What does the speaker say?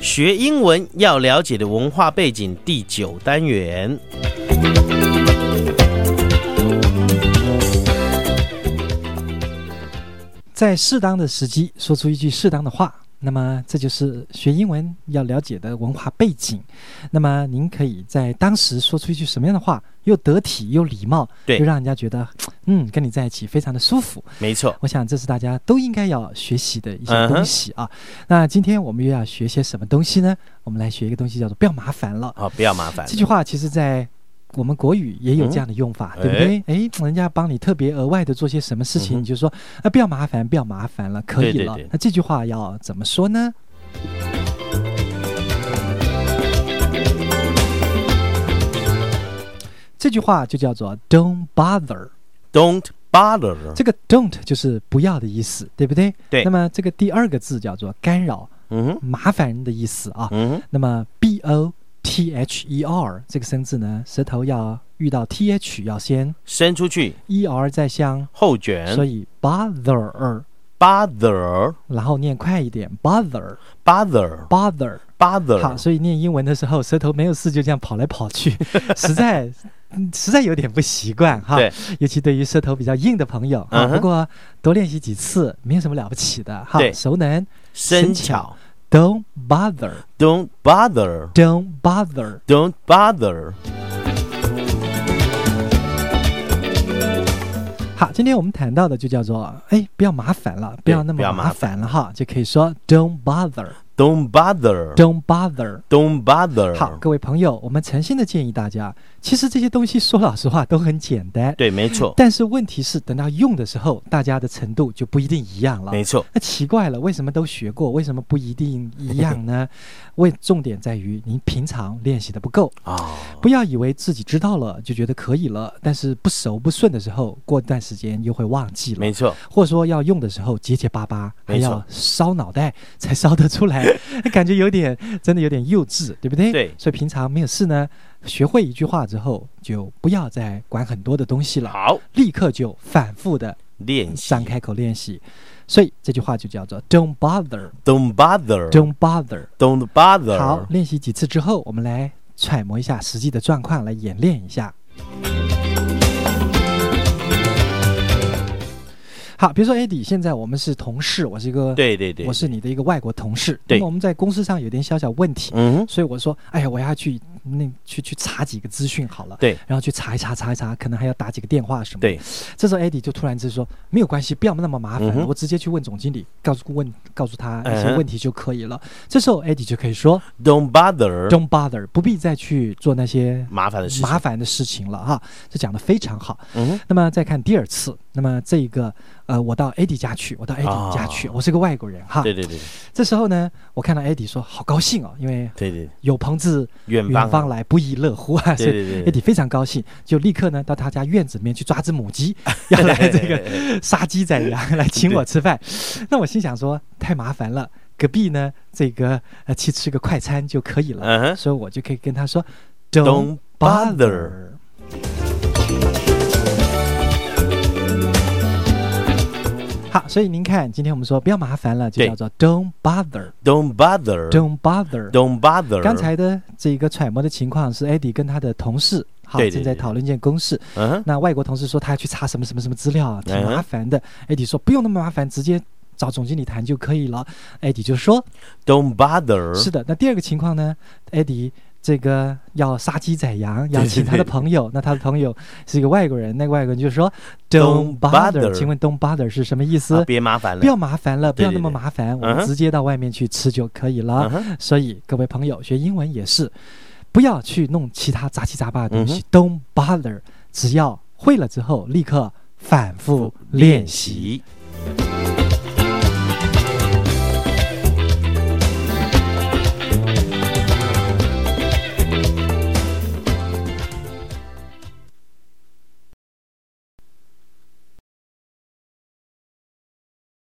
学英文要了解的文化背景第九单元。在适当的时机说出一句适当的话，那么这就是学英文要了解的文化背景。那么您可以在当时说出一句什么样的话，又得体又礼貌，对又让人家觉得，嗯，跟你在一起非常的舒服。没错，我想这是大家都应该要学习的一些嗯哼东西啊。那今天我们又要学些什么东西呢？我们来学一个东西叫做“不要麻烦了”。好，不要麻烦这。句话其实，在我们国语也有这样的用法，嗯对不对？哎，人家帮你特别额外的做些什么事嗯情，哼你就说啊，不要麻烦，不要麻烦了，可以了。对对对那这句话要怎么说呢？这句话就叫做 "Don't bother"。 Don't bother。这个 "don't" 就是不要的意思，对不对？对那么这个第二个字叫做干扰、嗯哼，麻烦人的意思啊。嗯哼，那么 b o t h e r 这个生字呢，舌头要遇到 t h 要先伸出去， e r 再向，后所卷。以 bother， Bother，bother，bother 然后念快一点 bother bother。 bother。 bother 好，所以念英文的时候，舌头没有事就这样跑来跑 去，实在嗯实在有点不习惯哈。对，尤其对于舌头比较硬的朋友啊，嗯哼不过多练习几次没有什么了不起的哈对。熟能生生巧巧。，don't bother，don't Don't bother，don't bother。 bother。好，今天我们谈到的就叫做，哎，不要麻烦了，不要那不要么麻麻烦了哈，就可以说 don't Don't bother，don't bother，don't bother。 bother。好，各位朋友，我们诚心的建议大家，其实这些东西说老实话都很简单，对，没错，但是问题是，等到用的时候，大家的程度就不一定一样了。没错。那奇怪了，为什么都学过，为什么不一定一 样呢？为重点在于您平常练习的不够。啊，不要以为自己知道了就觉得可以了，但是不熟不顺的时候，过段时间又会忘记了没。错，或者说要用的时候结结巴巴，还没错要烧脑袋才烧得出来， 感觉有点真的有点幼稚，对不对？对所以平常没有事呢，学会一句话之后，就不要再管很多的东西了，好，嗯立刻就反复的练习。张开口练习。所以这句话就叫做 "Don't bother, Don't bother，don't don't bother"。 bother。好，练习几次之后，我们来揣摩一下实际的状况，来演练一下。好，比如说 Eddie，现在我们是同事，我是一个，对对对，我是你的一个外国同事。对那么我们在公司上有点小小问题，嗯哼，所以我说，哎呀，我要去那去去查几个资讯好了。对然后去查一查，查一查，可能还要打几个电话什么的。对，这时候 Eddie 就突然之说，没有关系，不要那么麻烦，嗯哼我直接去问总经理，告诉问告诉他一嗯些哼问题就可以了。这时候 Eddie 就可以说 Don't bother， ，Don't bother，不必再去做那些麻烦的事情。麻烦的事情了哈。这讲的非常好。嗯哼，那么再看第二次，那么这一个呃，我到 Eddie 家去，我到 Eddie 家去，啊我是个外国人哈。对对对这时候呢，我看到 Eddie 说，好高兴哦，因为对对，有朋自远远方方，来，不亦乐乎啊！对所以对对 Eddie 非常高兴，就立刻呢到他家院子里面去抓只 母鸡，要来这个个杀鸡宰羊来请我吃饭。那我心想说太麻烦了，隔壁呢这个呃去吃个快餐就可以了，嗯哼所以我就可以跟他说 Don't Don't bother。 bother。好，所以您看，今天我们说不要麻烦了，就对叫做 Don't bother，Don't Don't bother，don't bother。 bother。刚，才的这一个揣摩的情况是，Eddie 跟他的同事好对对正在讨论一件公事。嗯哼，那外国同事说他要去查什么什么什么资料啊，挺嗯哼麻烦的。Eddie 说不用那么麻烦，直接找总经理谈就可以了。Eddie 就说 Don't bother，是的。那第二个情况呢，Eddie。这个要杀鸡宰羊， 要对请他对的朋友。那他的朋友是一个外国人，那个外国人就说 Don't “Don't bother bother”。请问 “Don't bother” 是什么意啊思？别麻烦了，不要麻烦了，不对要那对么对麻烦，我嗯们哼直接到外面去吃就可以了嗯。哼 所以各位朋友，学英文也是，不要去弄其他杂七杂八的东嗯西、d o n t bother，只要会了之后立刻反复练习。习。